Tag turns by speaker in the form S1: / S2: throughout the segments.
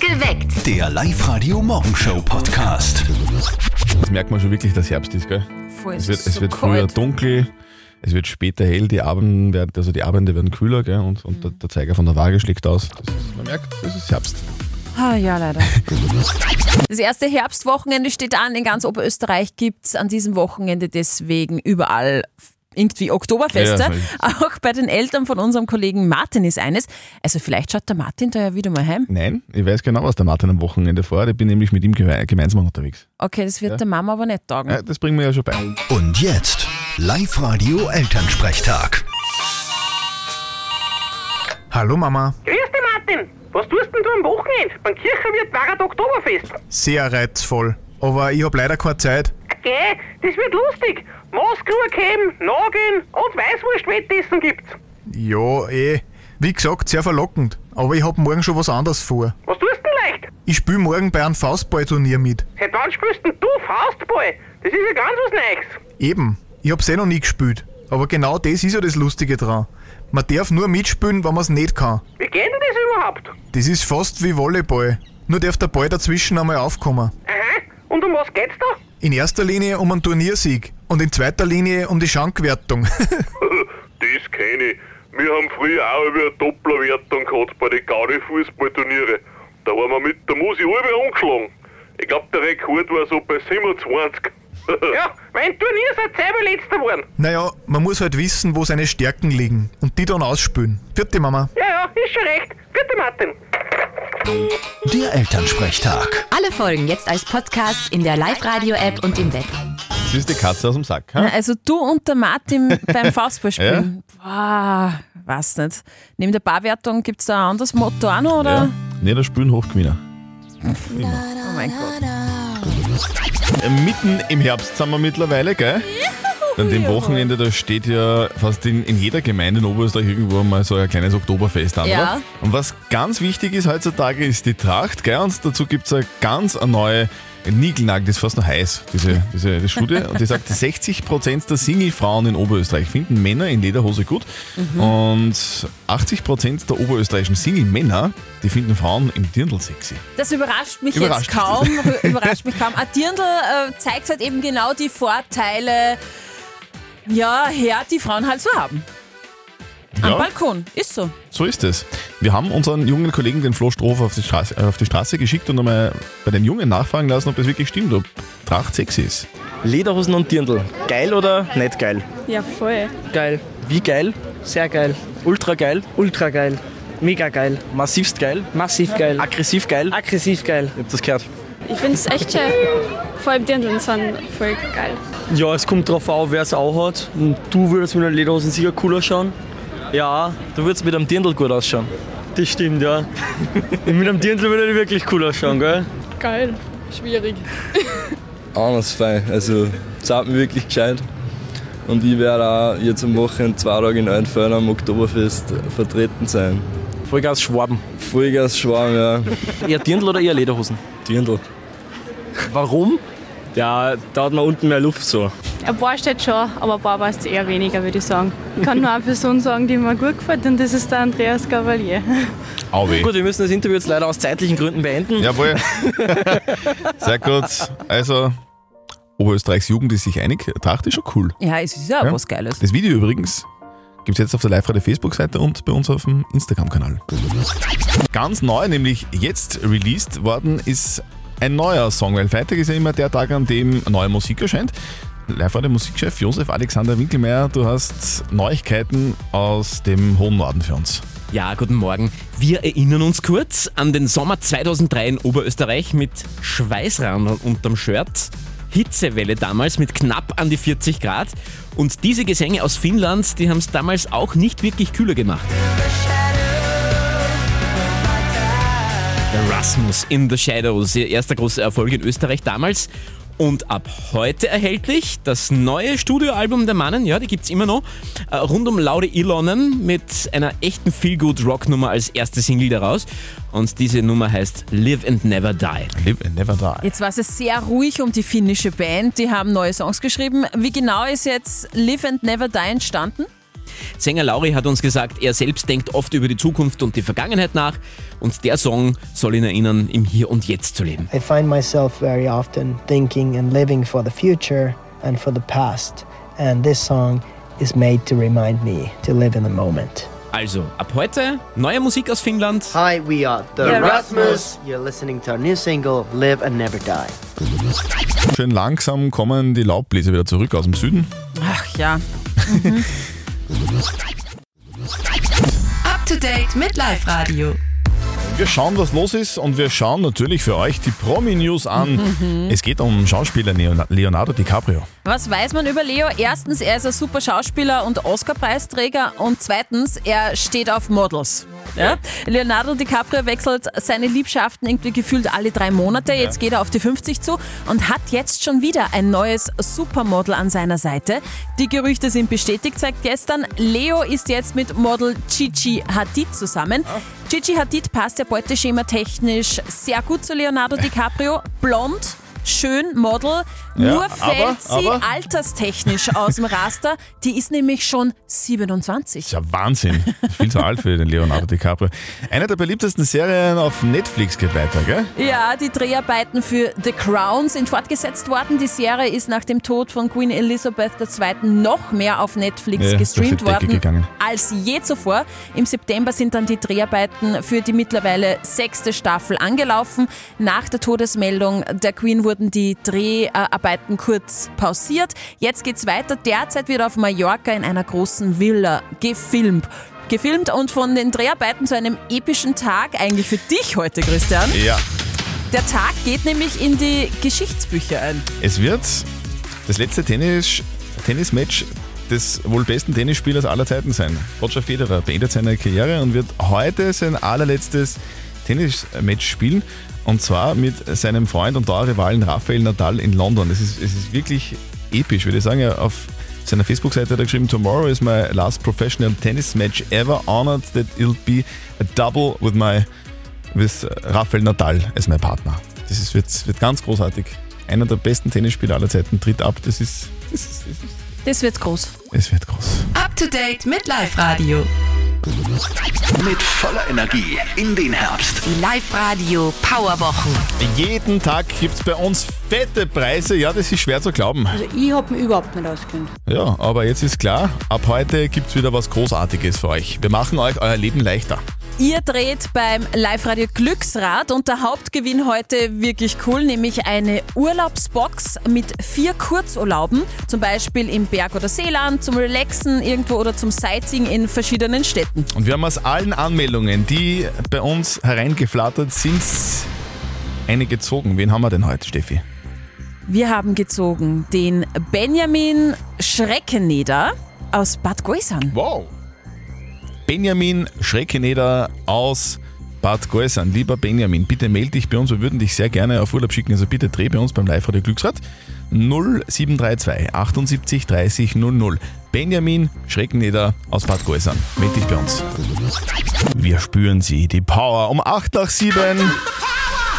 S1: Geweckt.
S2: Der Live-Radio Morgenshow Podcast.
S3: Das merkt man schon wirklich, dass Herbst ist, gell?
S4: Voll,
S3: Es wird,
S4: Oh, ist
S3: es
S4: so
S3: wird
S4: kalt.
S3: früher dunkel, es wird später hell, die Abenden werden, also die Abende werden kühler, gell? Und,
S4: Mhm.
S3: und der, der Zeiger von der Waage schlägt aus. Das ist, man merkt, es ist Herbst.
S4: Ah, ja, leider. Das erste Herbstwochenende steht an. In ganz Oberösterreich gibt es an diesem Wochenende deswegen überall irgendwie Oktoberfeste.
S3: Ja, voll.
S4: Auch bei den Eltern von unserem Kollegen Martin ist eines. Also vielleicht schaut der Martin da ja wieder mal heim.
S3: Nein, ich weiß genau, was der Martin am Wochenende vorhat. Ich bin nämlich mit ihm geme- gemeinsam unterwegs.
S4: Okay, das wird der Mama aber nicht taugen.
S3: Ja, das bringen wir ja schon bei.
S2: Und jetzt Live-Radio Elternsprechtag.
S5: Hallo Mama.
S6: Grüß dich, Martin. Was tust denn du am Wochenende? Beim Kirchenwirt war ein Oktoberfest.
S5: Sehr reizvoll. Aber ich hab leider keine Zeit.
S6: Okay, das wird lustig. Mooskrug heben, nageln und Weißwurst-Wettessen gibt's.
S5: Ja, eh. Wie gesagt, sehr verlockend. Aber ich hab morgen schon was anderes vor.
S6: Was tust denn leicht?
S5: Ich spiel morgen bei einem Faustballturnier mit.
S6: Seit wann spielst denn du Faustball? Das ist ja ganz was Neues.
S5: Eben. Ich hab's eh noch nie gespielt. Aber genau das ist ja das Lustige dran. Man darf nur mitspielen, wenn man's nicht kann.
S6: Wie geht denn das überhaupt?
S5: Das ist fast wie Volleyball. Nur darf der Ball dazwischen einmal aufkommen.
S6: Aha, und um was geht's da?
S5: In erster Linie um einen Turniersieg und in zweiter Linie um die Schankwertung.
S7: Das kenne ich. Wir haben früher auch über eine Dopplerwertung gehabt bei den Gaudi-Fußballturnieren. Da waren wir mit der Musi halbe angeschlagen. Ich glaube, der Rekord war so bei 27.
S6: Ja, mein Turnier seid selber letzter geworden.
S5: naja, man muss halt wissen, wo seine Stärken liegen und die dann ausspülen. Vierte Mama.
S6: Ja, ja, ist schon recht. Bitte, Martin.
S2: Der Elternsprechtag.
S8: Alle Folgen jetzt als Podcast in der Live-Radio-App und im Web.
S3: Das ist die Katze aus dem Sack.
S4: Na,
S3: Ha?
S4: Also du und der Martin beim Faustball spielen. Boah, weiß nicht. Neben der Barwertung gibt es da ein anderes Motto auch noch, oder?
S3: Ja. Nee, da spielen Hochgewinner.
S4: Oh mein Gott.
S3: Äh, Mitten im Herbst sind wir mittlerweile, gell? An dem Wochenende, da steht ja fast in, in jeder Gemeinde in Oberösterreich irgendwo mal so ein kleines Oktoberfest an.
S4: Ja.
S3: oder? Und was ganz wichtig ist heutzutage, ist die Tracht, gell? Und dazu gibt es eine ganz eine neue Nigelnagel, das ist fast noch heiß, diese, diese die Studie. Und die sagt, 60% der Singlefrauen in Oberösterreich finden Männer in Lederhose gut.
S4: Mhm.
S3: Und 80% der oberösterreichischen Single-Männer, die finden Frauen im Dirndl sexy.
S4: Das überrascht mich
S3: Überrascht.
S4: jetzt kaum. Überrascht mich kaum. Ein Dirndl äh, zeigt halt eben genau die Vorteile, ja, her, die Frauen halt so haben. Am
S3: Ja.
S4: Balkon. Ist so.
S3: So ist es. Wir haben unseren jungen Kollegen, den Flo Strohhofer, auf die Straße, äh, auf die Straße geschickt und einmal bei den Jungen nachfragen lassen, ob das wirklich stimmt, ob Tracht sexy ist.
S9: Lederhosen und Dirndl. Geil oder nicht geil?
S10: Ja, voll.
S9: Geil. Wie geil? Sehr geil. Ultra geil? Ultra geil. Mega geil. Massivst geil? Massiv geil. Aggressiv geil? Aggressiv geil. Ich hab das gehört.
S10: Ich finde es echt schön. Vor allem Dirndln sind voll geil.
S9: Ja, es kommt drauf an, wer es auch hat. Und du würdest mit einer Lederhosen sicher cool ausschauen. Ja. Du würdest mit einem Dirndl gut ausschauen. Das stimmt, ja. mit einem Dirndl würde ich wirklich cool ausschauen, gell?
S10: Geil. Schwierig.
S9: Anders fein. Also, zahlt mir wirklich gescheit. Und ich werde auch jetzt am Wochenende zwei Tage in Einfern am Oktoberfest vertreten sein. Vollgas Schwaben. Vollgas Schwaben, ja. Eher Dirndl oder eher Lederhosen? Dirndl. Warum? Ja, da hat man unten mehr Luft so.
S10: Ein paar steht schon, aber ein paar weißt eher weniger, würde ich sagen. Ich kann nur eine Person sagen, die mir gut gefällt, und das ist der Andreas Cavalier.
S3: Auweh.
S9: Gut, wir müssen das Interview jetzt leider aus zeitlichen Gründen beenden.
S3: Jawohl. Sehr gut. Also, Oberösterreichs Jugend ist sich einig. Tracht ist schon cool.
S4: Ja, es ist ja,
S3: Ja.
S4: was Geiles.
S3: Das Video übrigens gibt es jetzt auf der live Facebook-Seite und bei uns auf dem Instagram-Kanal. Ganz neu, nämlich jetzt released worden, ist ein neuer Song, weil Freitag ist ja immer der Tag, an dem neue Musik erscheint. live der musikchef Josef Alexander Winkelmeier, du hast Neuigkeiten aus dem hohen Norden für uns.
S11: Ja, guten Morgen. Wir erinnern uns kurz an den Sommer 2003 in Oberösterreich mit Schweißrandern unterm Shirt. Hitzewelle damals mit knapp an die 40 Grad. Und diese Gesänge aus Finnland, die haben es damals auch nicht wirklich kühler gemacht. Rasmus in the Shadows, ihr erster großer Erfolg in Österreich damals. Und ab heute erhältlich das neue Studioalbum der Mannen, ja, die gibt's immer noch, äh, rund um Laude Ilonen mit einer echten Feel-Good-Rock-Nummer als erste Single daraus. Und diese Nummer heißt Live and Never Die.
S3: Live and never die.
S4: Jetzt war es sehr ruhig um die finnische Band. Die haben neue Songs geschrieben. Wie genau ist jetzt Live and Never Die entstanden?
S11: Sänger Lauri hat uns gesagt, er selbst denkt oft über die Zukunft und die Vergangenheit nach und der Song soll ihn erinnern, im Hier und Jetzt zu leben.
S1: I find myself very often thinking and living for the future and for the past. And this song is made to remind me to live in the moment.
S11: Also, ab heute neue Musik aus Finnland.
S1: Hi, we are the,
S11: The
S1: Rasmus. You're listening to our new single, Live and Never Die.
S3: Schön langsam kommen die Laubbläser wieder zurück aus dem Süden.
S4: Ach ja.
S12: Up to date mit Live Radio.
S3: Wir schauen, was los ist und wir schauen natürlich für euch die Promi-News an.
S4: Mhm.
S3: Es geht um Schauspieler Leon- Leonardo DiCaprio.
S4: Was weiß man über Leo? Erstens, er ist ein super Schauspieler und Oscar-Preisträger. Und zweitens, er steht auf Models. Ja? Leonardo DiCaprio wechselt seine Liebschaften irgendwie gefühlt alle drei Monate. Jetzt geht er auf die 50 zu und hat jetzt schon wieder ein neues Supermodel an seiner Seite. Die Gerüchte sind bestätigt, sagt gestern. Leo ist jetzt mit Model Gigi Hadid zusammen.
S3: Ah.
S4: Gigi Hadid passt ja Beuteschema technisch sehr gut zu Leonardo DiCaprio. Blond, schön, Model.
S3: Ja,
S4: Nur
S3: aber-
S4: fällt sie
S3: aber-
S4: alterstechnisch aus dem Raster. Die ist nämlich schon 27.
S3: Ja, Wahnsinn. Ist Viel zu alt für den Leonardo DiCaprio. Eine der beliebtesten Serien auf Netflix geht weiter, gell?
S4: Ja, die Dreharbeiten für The Crown sind fortgesetzt worden. Die Serie ist nach dem Tod von Queen Elizabeth II. noch mehr auf Netflix
S3: Ja, durch
S4: gestreamt
S3: die Decke
S4: worden
S3: gegangen.
S4: als je zuvor. Im September sind dann die Dreharbeiten für die mittlerweile sechste Staffel angelaufen. Nach der Todesmeldung der Queen wurden die Dreharbeiten kurz pausiert. Jetzt geht's weiter. Derzeit wird auf Mallorca in einer großen Villa gefilmt. Gefilmt und von den Dreharbeiten zu einem epischen Tag eigentlich für dich heute, Christian.
S3: Ja.
S4: Der Tag geht nämlich in die Geschichtsbücher ein.
S3: Es wird das letzte Tennis, Tennismatch des wohl besten Tennisspielers aller Zeiten sein. Roger Federer beendet seine Karriere und wird heute sein allerletztes Tennismatch spielen. Und zwar mit seinem Freund und Dauerrivalen Rafael Nadal in London. Es ist, es ist wirklich episch, würde ich sagen. Er Auf seiner Facebook-Seite hat er geschrieben, Tomorrow is my last professional tennis match ever. Honored that it'll be a double with my with Rafael Nadal als mein Partner. Das ist, wird, wird ganz großartig. Einer der besten Tennisspieler aller Zeiten tritt ab. Das ist, das ist, das ist
S4: Das wird groß.
S3: es wird groß.
S12: Up to date mit Live Radio.
S2: Mit voller Energie in den Herbst.
S12: Die Live Radio Powerwochen.
S3: Jeden Tag gibt es bei uns fette Preise. Ja, das ist schwer zu glauben.
S13: Also ich habe mich überhaupt nicht ausgekannt.
S3: Ja, aber jetzt ist klar, ab heute gibt es wieder was Großartiges für euch. Wir machen euch euer Leben leichter.
S4: Ihr dreht beim Live-Radio Glücksrad und der Hauptgewinn heute wirklich cool, nämlich eine Urlaubsbox mit vier Kurzurlauben, zum Beispiel im Berg- oder Seeland, zum Relaxen irgendwo oder zum Sightseeing in verschiedenen Städten.
S3: Und wir haben aus allen Anmeldungen, die bei uns hereingeflattert sind, eine gezogen. Wen haben wir denn heute, Steffi?
S4: Wir haben gezogen den Benjamin Schreckeneder aus Bad Goisern.
S3: Wow! Benjamin Schreckeneder aus Bad Gäusern. Lieber Benjamin, bitte melde dich bei uns. Wir würden dich sehr gerne auf Urlaub schicken. Also bitte dreh bei uns beim Live-Radio Glücksrad 0732 78 30 00. Benjamin Schreckeneder aus Bad Gäusern. Melde dich bei uns. Wir spüren sie, die Power um 8 nach 7.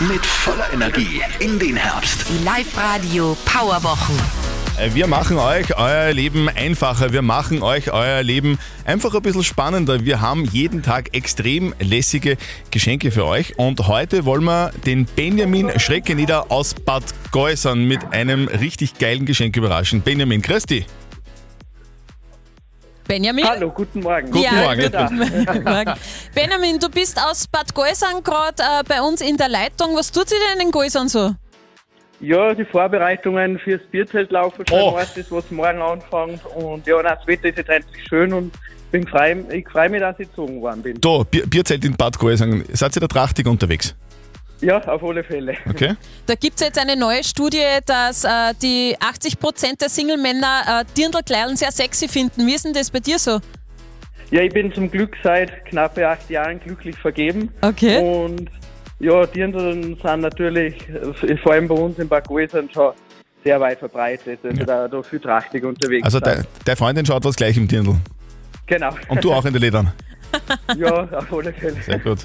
S2: Mit voller Energie in den Herbst.
S12: Die Live Radio Powerwochen.
S3: Äh, Wir machen euch euer Leben einfacher. Wir machen euch euer Leben einfach ein bisschen spannender. Wir haben jeden Tag extrem lässige Geschenke für euch. Und heute wollen wir den Benjamin Schreckeneder aus Bad Gäusern mit einem richtig geilen Geschenk überraschen. Benjamin, Christi.
S4: Benjamin?
S14: Hallo, guten Morgen.
S3: Guten Morgen.
S4: Guten Morgen. Benjamin, du bist aus Bad Goisern gerade äh, bei uns in der Leitung. Was tut sie denn in Goisern so?
S14: Ja, die Vorbereitungen fürs Bierzeltlaufen schon oh. das, was morgen anfängt. Und ja, nein, das Wetter ist jetzt endlich schön und bin frei, ich freue mich, dass ich gezogen worden bin.
S3: Da, Bier, Bierzelt in Bad Gäusern. Seid ihr da trachtig unterwegs?
S14: Ja, auf alle Fälle.
S3: Okay.
S4: Da gibt es jetzt eine neue Studie, dass äh, die 80% der Single-Männer äh, Dirndlkleideln sehr sexy finden. Wie ist denn das bei dir so?
S14: Ja, ich bin zum Glück seit knappe acht Jahren glücklich vergeben.
S4: Okay.
S14: Und ja, Dirndln sind natürlich, äh, vor allem bei uns in Bad Gäusern, schon sehr weit verbreitet. Also da, da viel trachtig unterwegs.
S3: Also
S14: sein.
S3: de, deine Freundin schaut was gleich im Dirndl.
S14: Genau.
S3: Und du auch in den Ledern.
S14: ja, auf alle Fälle.
S3: Sehr gut.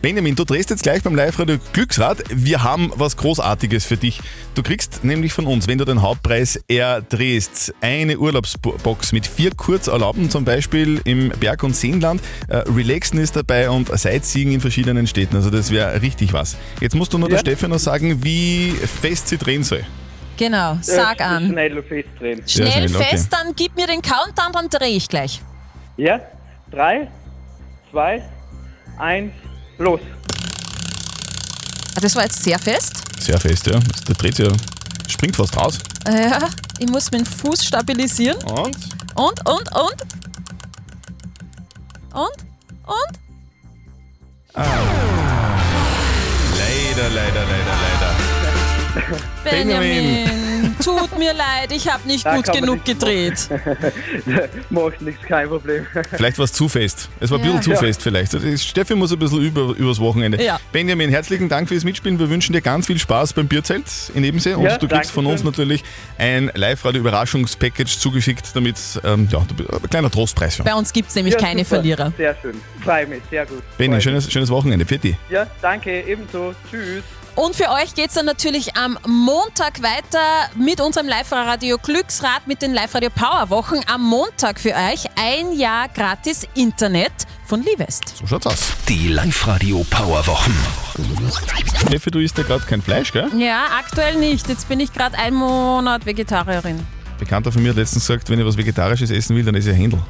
S3: Benjamin, du drehst jetzt gleich beim Live-Radio Glücksrad. Wir haben was Großartiges für dich. Du kriegst nämlich von uns, wenn du den Hauptpreis erdrehst, eine Urlaubsbox mit vier Kurzerlauben, zum Beispiel im Berg- und Seenland. Äh, Relaxen ist dabei und Sightseeing in verschiedenen Städten. Also das wäre richtig was. Jetzt musst du nur der
S4: Ja.
S3: Steffi noch sagen, wie fest sie drehen soll.
S14: Äh,
S4: Genau, sag an.
S14: Schnell festdrehen.
S4: Schnell,
S3: schnell, okay.
S4: fest, dann gib mir den Countdown, dann drehe ich gleich.
S14: Ja, drei, zwei, eins, los.
S4: Ah, Das war jetzt sehr fest.
S3: Sehr fest, ja. Der dreht ja, springt fast raus.
S4: Äh, Ja, ich muss meinen Fuß stabilisieren.
S3: Und?
S4: Und, und, und. Und, und.
S3: Leider, leider, leider, leider.
S4: Benjamin. Tut mir leid, ich habe nicht gut genug gedreht.
S14: Macht nichts, kein Problem.
S3: Vielleicht war es zu fest. Es war ein bisschen
S14: Ja.
S3: zu
S14: Ja.
S3: fest vielleicht. Die Steffi muss ein bisschen über, übers Wochenende.
S14: Ja.
S3: Benjamin, herzlichen Dank fürs Mitspielen. Wir wünschen dir ganz viel Spaß beim Bierzelt in Ebensee. Und
S14: Ja,
S3: du kriegst von uns
S14: Dankeschön.
S3: natürlich ein Live-Radio-Überraschungspackage zugeschickt, damit ähm, ja, du- ein kleiner Trostpreis für uns.
S4: Bei uns gibt es nämlich
S14: Ja,
S4: keine
S14: super.
S4: Verlierer.
S14: Sehr schön. Freue mich, sehr gut.
S3: Benny, schönes, schönes Wochenende. Pfiat
S14: Ja, danke, ebenso. Tschüss.
S4: Und für euch geht es dann natürlich am Montag weiter mit unserem Live-Radio Glücksrad, mit den Live-Radio Power-Wochen. Am Montag für euch ein Jahr gratis Internet von Livest.
S3: So schaut's aus.
S2: Die Live-Radio Power Wochen.
S3: Steffi, du isst ja gerade kein Fleisch, gell?
S4: Ja, aktuell nicht. Jetzt bin ich gerade einen Monat Vegetarierin.
S3: Bekannter von mir hat letztens gesagt, wenn ich was Vegetarisches essen will, dann esse ich Händel.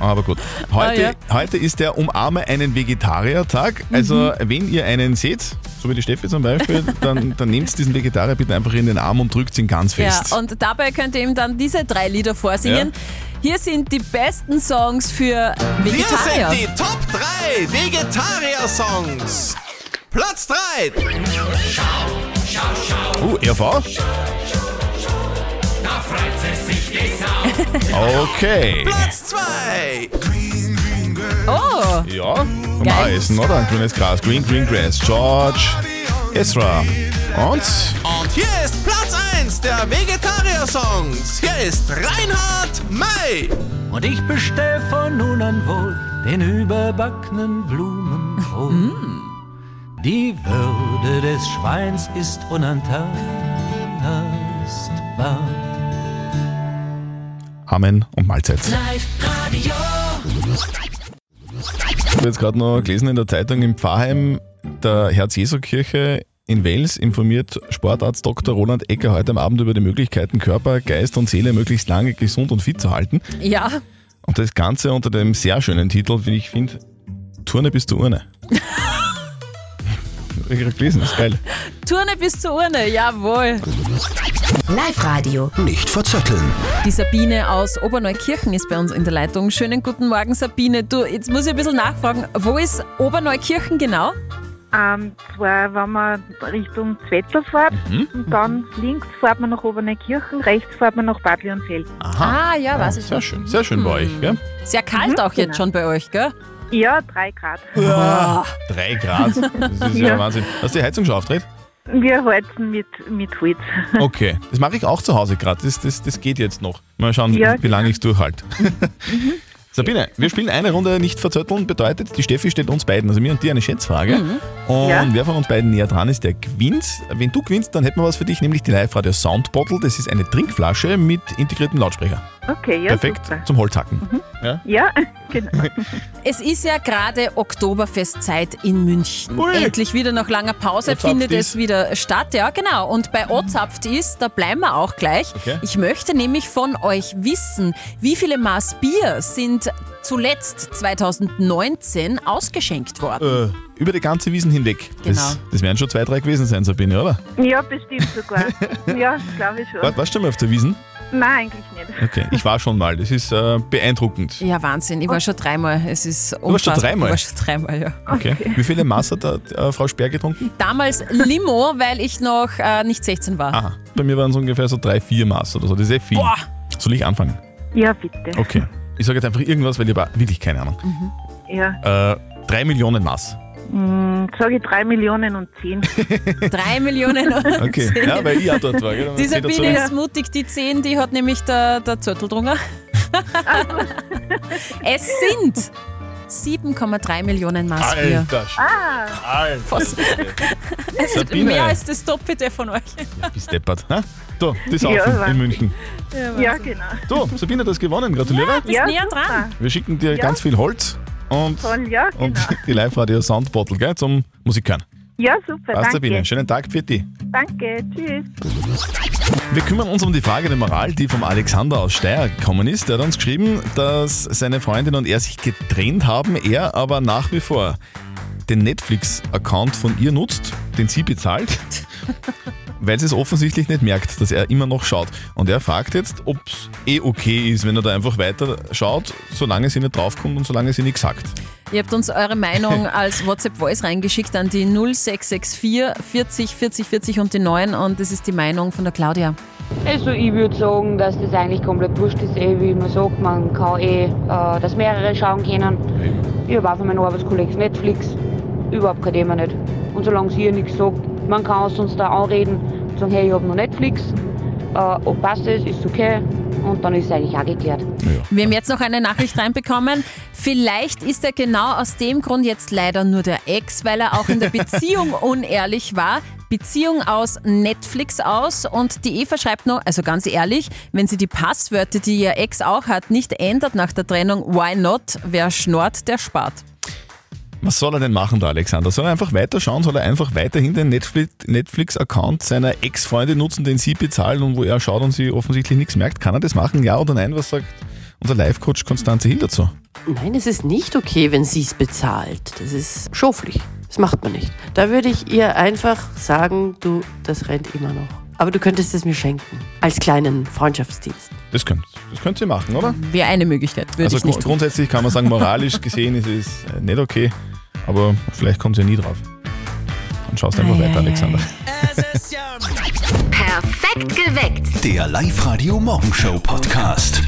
S3: Aber gut. Heute,
S4: Ah, ja.
S3: heute ist der Umarme einen Vegetarier-Tag. Also,
S4: Mhm.
S3: wenn ihr einen seht, so wie die Steffi zum Beispiel, dann, dann nehmt diesen Vegetarier bitte einfach in den Arm und drückt ihn ganz fest.
S4: Ja, und dabei könnt ihr ihm dann diese drei Lieder vorsingen. Hier sind die besten Songs für Vegetarier.
S15: Top 3 Vegetarier-Songs. Platz 3.
S3: Oh, RV?
S15: Da freut sich die
S3: Okay.
S15: Platz 2.
S4: Oh!
S3: Ja, kann man auch essen, oder? Ein grünes Gras. Green, green grass. George, Ezra. Und?
S15: Und hier ist Platz 1 der Vegetarier-Songs. Hier ist Reinhard May.
S16: Und ich bestell von nun an wohl den überbackenen Blumenkohl. Die Würde des Schweins ist unantastbar.
S3: Amen und Mahlzeit.
S15: Live-Radio.
S3: Ich habe jetzt gerade noch gelesen in der Zeitung in Pfarrheim, der Herz-Jesu-Kirche in Wels informiert Sportarzt Dr. Roland Ecker heute am Abend über die Möglichkeiten, Körper, Geist und Seele möglichst lange gesund und fit zu halten.
S4: Ja,
S3: Und das Ganze unter dem sehr schönen Titel, wie ich finde, Turne bis zur Urne. Hab ich gerade gelesen, ist geil.
S4: Turne bis zur Urne, jawohl.
S12: Live-Radio.
S2: Nicht verzetteln.
S4: Die Sabine aus Oberneukirchen ist bei uns in der Leitung. Schönen guten Morgen, Sabine. Du, jetzt muss ich ein bisschen nachfragen, wo ist Oberneukirchen genau?
S17: Ähm, zwar, wenn man Richtung Zwettl fährt
S4: Mhm.
S17: und dann links fährt man nach Oberneukirchen, rechts fährt man nach Bad Leonfeld.
S4: Ah, ja, weiß ich Mhm, genau.
S3: Sehr schön, sehr schön bei euch, gell?
S4: Sehr kalt auch jetzt schon bei euch, gell?
S17: Ja, drei Grad.
S3: Drei Grad, das ist ja,
S17: Ja.
S3: Wahnsinn. Hast du die Heizung schon aufgedreht?
S17: Wir heizen mit, mit Holz.
S3: Okay, das mache ich auch zu Hause gerade. Das, das, das geht jetzt noch. Mal schauen,
S17: Ja, genau. Mhm.
S3: wie lange ich es durchhalte. Sabine, wir spielen eine Runde nicht verzötteln. Bedeutet, die Steffi stellt uns beiden, also mir und dir, eine Schätzfrage.
S17: Mhm.
S3: Und
S17: Ja.
S3: wer von uns beiden näher dran ist, der gewinnt. Wenn du gewinnst, dann hätten wir was für dich, nämlich die Live-Radio Sound Bottle. Das ist eine Trinkflasche mit integriertem Lautsprecher.
S17: Okay, ja. Mhm.
S3: Perfekt zum Holzhacken. Ja?
S17: Ja, genau.
S4: Es ist ja gerade Oktoberfestzeit in München. Endlich wieder nach langer Pause
S17: Ozapft
S4: findet
S17: ist.
S4: es wieder statt. Ja, genau. Und
S3: Mhm.
S4: bei Ozapft ist, da bleiben wir auch gleich.
S17: Okay.
S4: Ich möchte nämlich von euch wissen, wie viele Maß Bier sind zuletzt 2019 ausgeschenkt worden?
S3: Äh, über die ganze Wiesen hinweg. Das,
S4: Genau.
S3: das werden schon zwei, drei gewesen sein, Sabine, oder?
S17: Ja, bestimmt sogar. ja, glaube ich schon.
S3: War- Warst du schon mal auf der Wiesen?
S17: Nein, eigentlich nicht.
S3: Okay, ich war schon mal. Das ist äh, beeindruckend.
S4: Ja, Wahnsinn. Ich war schon dreimal. Es ist
S3: Du warst schon
S4: unfassbar.
S3: dreimal?
S4: Ich war schon dreimal, ja.
S3: Okay. Wie viele Maß hat da, äh, Frau Sperr
S4: Hm.
S3: getrunken?
S4: Damals Limo, weil ich noch äh, nicht 16 war.
S3: Aha. Bei mir waren es ungefähr so drei, vier Maß oder so. Das ist eh viel.
S4: Boah.
S3: Soll ich anfangen?
S17: Ja, bitte.
S3: Okay. Ich sage jetzt einfach irgendwas, weil ich habe wirklich keine Ahnung.
S4: Mhm.
S17: Ja.
S3: Äh, drei Millionen Maß.
S17: Hm, sage ich 3 Millionen und 10.
S3: Ah.
S4: 3 Millionen und
S3: Okay.
S4: zehn.
S3: Ja, weil ich auch dort war, gell? Dann
S4: Die
S3: zählt dazu.
S4: Sabine ist mutig, die 10, die hat nämlich der, der Zörteldrunger. es sind 7,3 Millionen Maß Bier.
S3: Alter, Sch-
S4: Ah.
S3: Alter.
S4: Was? Also
S3: Sabine.
S4: mehr als das Doppelte von euch.
S3: Bist deppert. Ha? So, das
S4: Ja,
S3: Saufen
S4: Wahnsinn.
S3: in München.
S4: Ja,
S18: genau.
S3: So, Sabine hat das gewonnen. Gratuliere.
S4: Ja, bist näher dran.
S3: Wir schicken dir
S18: Ja.
S3: ganz viel Holz und,
S18: Toll, ja, genau.
S3: und die Live-Radio Soundbottle gell, zum Musik hören.
S18: Ja, super,
S3: Passt,
S18: danke.
S3: Sabine. Schönen Tag, Pfitti.
S18: Danke, tschüss.
S3: Wir kümmern uns um die Frage der Moral, die vom Alexander aus Steyr gekommen ist. Der hat uns geschrieben, dass seine Freundin und er sich getrennt haben, er aber nach wie vor den Netflix-Account von ihr nutzt, den sie bezahlt, weil sie es offensichtlich nicht merkt, dass er immer noch schaut. Und er fragt jetzt, ob es eh okay ist, wenn er da einfach weiter schaut, solange sie nicht draufkommt und solange sie nichts sagt.
S4: Ihr habt uns eure Meinung als WhatsApp-Voice reingeschickt an die 0664 40 40 40 und die 9 und das ist die Meinung von der Claudia.
S9: Also ich würde sagen, dass das eigentlich komplett wurscht ist, eh, wie man sagt, man kann eh, äh, dass mehrere schauen können. Ich habe auch von meinen Arbeitskollegen Netflix, überhaupt kein Thema nicht. Und solange sie ihr nichts sagt, man kann es uns da anreden und sagen, hey, ich habe noch Netflix, äh, ob passt das, ist okay und dann ist es eigentlich auch geklärt.
S4: Wir haben jetzt noch eine Nachricht reinbekommen. Vielleicht ist er genau aus dem Grund jetzt leider nur der Ex, weil er auch in der Beziehung unehrlich war. Beziehung aus Netflix aus und die Eva schreibt noch, also ganz ehrlich, wenn sie die Passwörter, die ihr Ex auch hat, nicht ändert nach der Trennung, why not? Wer schnort, der spart.
S3: Was soll er denn machen, der Alexander? Soll er einfach weiterschauen? Soll er einfach weiterhin den Netfli- Netflix-Account seiner Ex-Freunde nutzen, den sie bezahlen und wo er schaut und sie offensichtlich nichts merkt? Kann er das machen? Ja oder nein? Was sagt unser Live-Coach Konstanze Hill dazu?
S6: Nein, es ist nicht okay, wenn sie es bezahlt. Das ist schoflich. Das macht man nicht. Da würde ich ihr einfach sagen, du, das rennt immer noch. Aber du könntest es mir schenken. Als kleinen Freundschaftsdienst.
S3: Das könnte, das könnte sie machen, oder?
S4: Wäre eine Möglichkeit, würde
S3: also
S4: ich
S3: gru-
S4: nicht tun.
S3: grundsätzlich kann man sagen, moralisch gesehen ist es äh, nicht okay, aber vielleicht kommt sie ja nie drauf. Dann schaust einfach weiter, Alexander.
S19: Perfekt geweckt.
S2: Der Live-Radio Morgenshow Podcast.